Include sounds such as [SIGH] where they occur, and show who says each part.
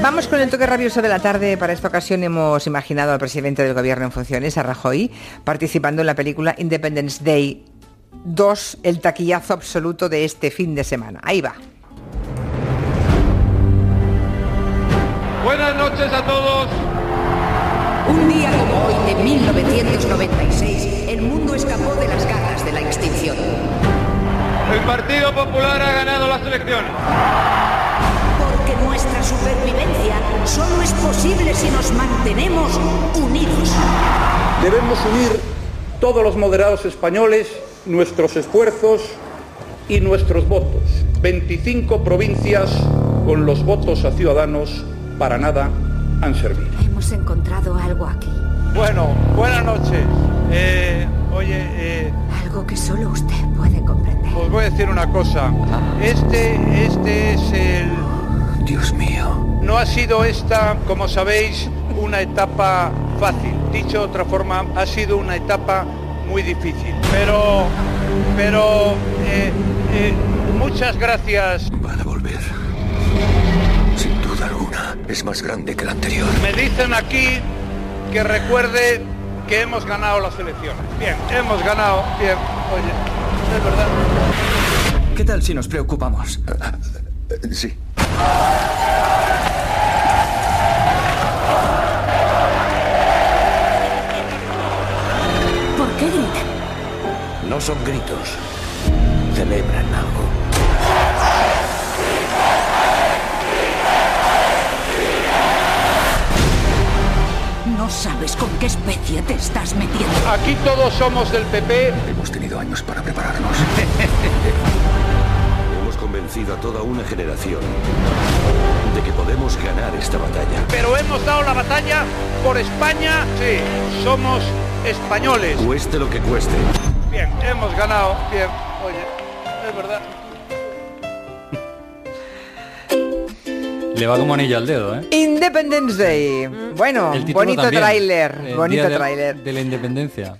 Speaker 1: Vamos con el toque rabioso de la tarde. Para esta ocasión hemos imaginado al presidente del gobierno en funciones, a Rajoy, participando en la película Independence Day 2, el taquillazo absoluto de este fin de semana. Ahí va.
Speaker 2: Buenas noches a todos.
Speaker 3: Un día como hoy, de 1996, el mundo escapó de las garras de la extinción.
Speaker 2: El Partido Popular ha ganado las elecciones.
Speaker 3: Porque nuestra supervivencia solo es posible si nos mantenemos unidos.
Speaker 4: Debemos unir todos los moderados españoles nuestros esfuerzos y nuestros votos. 25 provincias con los votos a ciudadanos para nada han servido.
Speaker 5: Hemos encontrado algo aquí.
Speaker 6: Bueno, buenas noches. Eh, oye, eh,
Speaker 5: Algo que solo usted puede comprender.
Speaker 6: os voy a decir una cosa. Este, este es el...
Speaker 7: Dios mío.
Speaker 6: No ha sido esta, como sabéis, una etapa fácil. Dicho de otra forma, ha sido una etapa muy difícil. Pero, pero, eh, eh, muchas gracias.
Speaker 7: Van a volver. Sin duda alguna, es más grande que la anterior.
Speaker 6: Me dicen aquí que recuerde que hemos ganado las elecciones. Bien, hemos ganado. Bien, oye, es verdad.
Speaker 8: ¿Qué tal si nos preocupamos?
Speaker 7: Eh, Sí.
Speaker 5: ¿Por qué grita?
Speaker 7: No son gritos. Celebran algo.
Speaker 3: No sabes con qué especie te estás metiendo.
Speaker 6: Aquí todos somos del PP.
Speaker 7: Hemos tenido años para prepararnos. [LAUGHS] Hemos convencido a toda una generación de que podemos ganar esta batalla.
Speaker 6: pero hemos dado la batalla por España. Sí, somos españoles.
Speaker 7: Cueste lo que cueste.
Speaker 6: Bien, hemos ganado. Bien, oye, es verdad.
Speaker 9: Le va como anillo al dedo, ¿eh?
Speaker 1: Independence Day. Bueno,
Speaker 9: Mm. El título
Speaker 1: bonito
Speaker 9: también.
Speaker 1: tráiler.
Speaker 9: El
Speaker 1: Bonito
Speaker 9: día de-
Speaker 1: tráiler.
Speaker 9: De la independencia.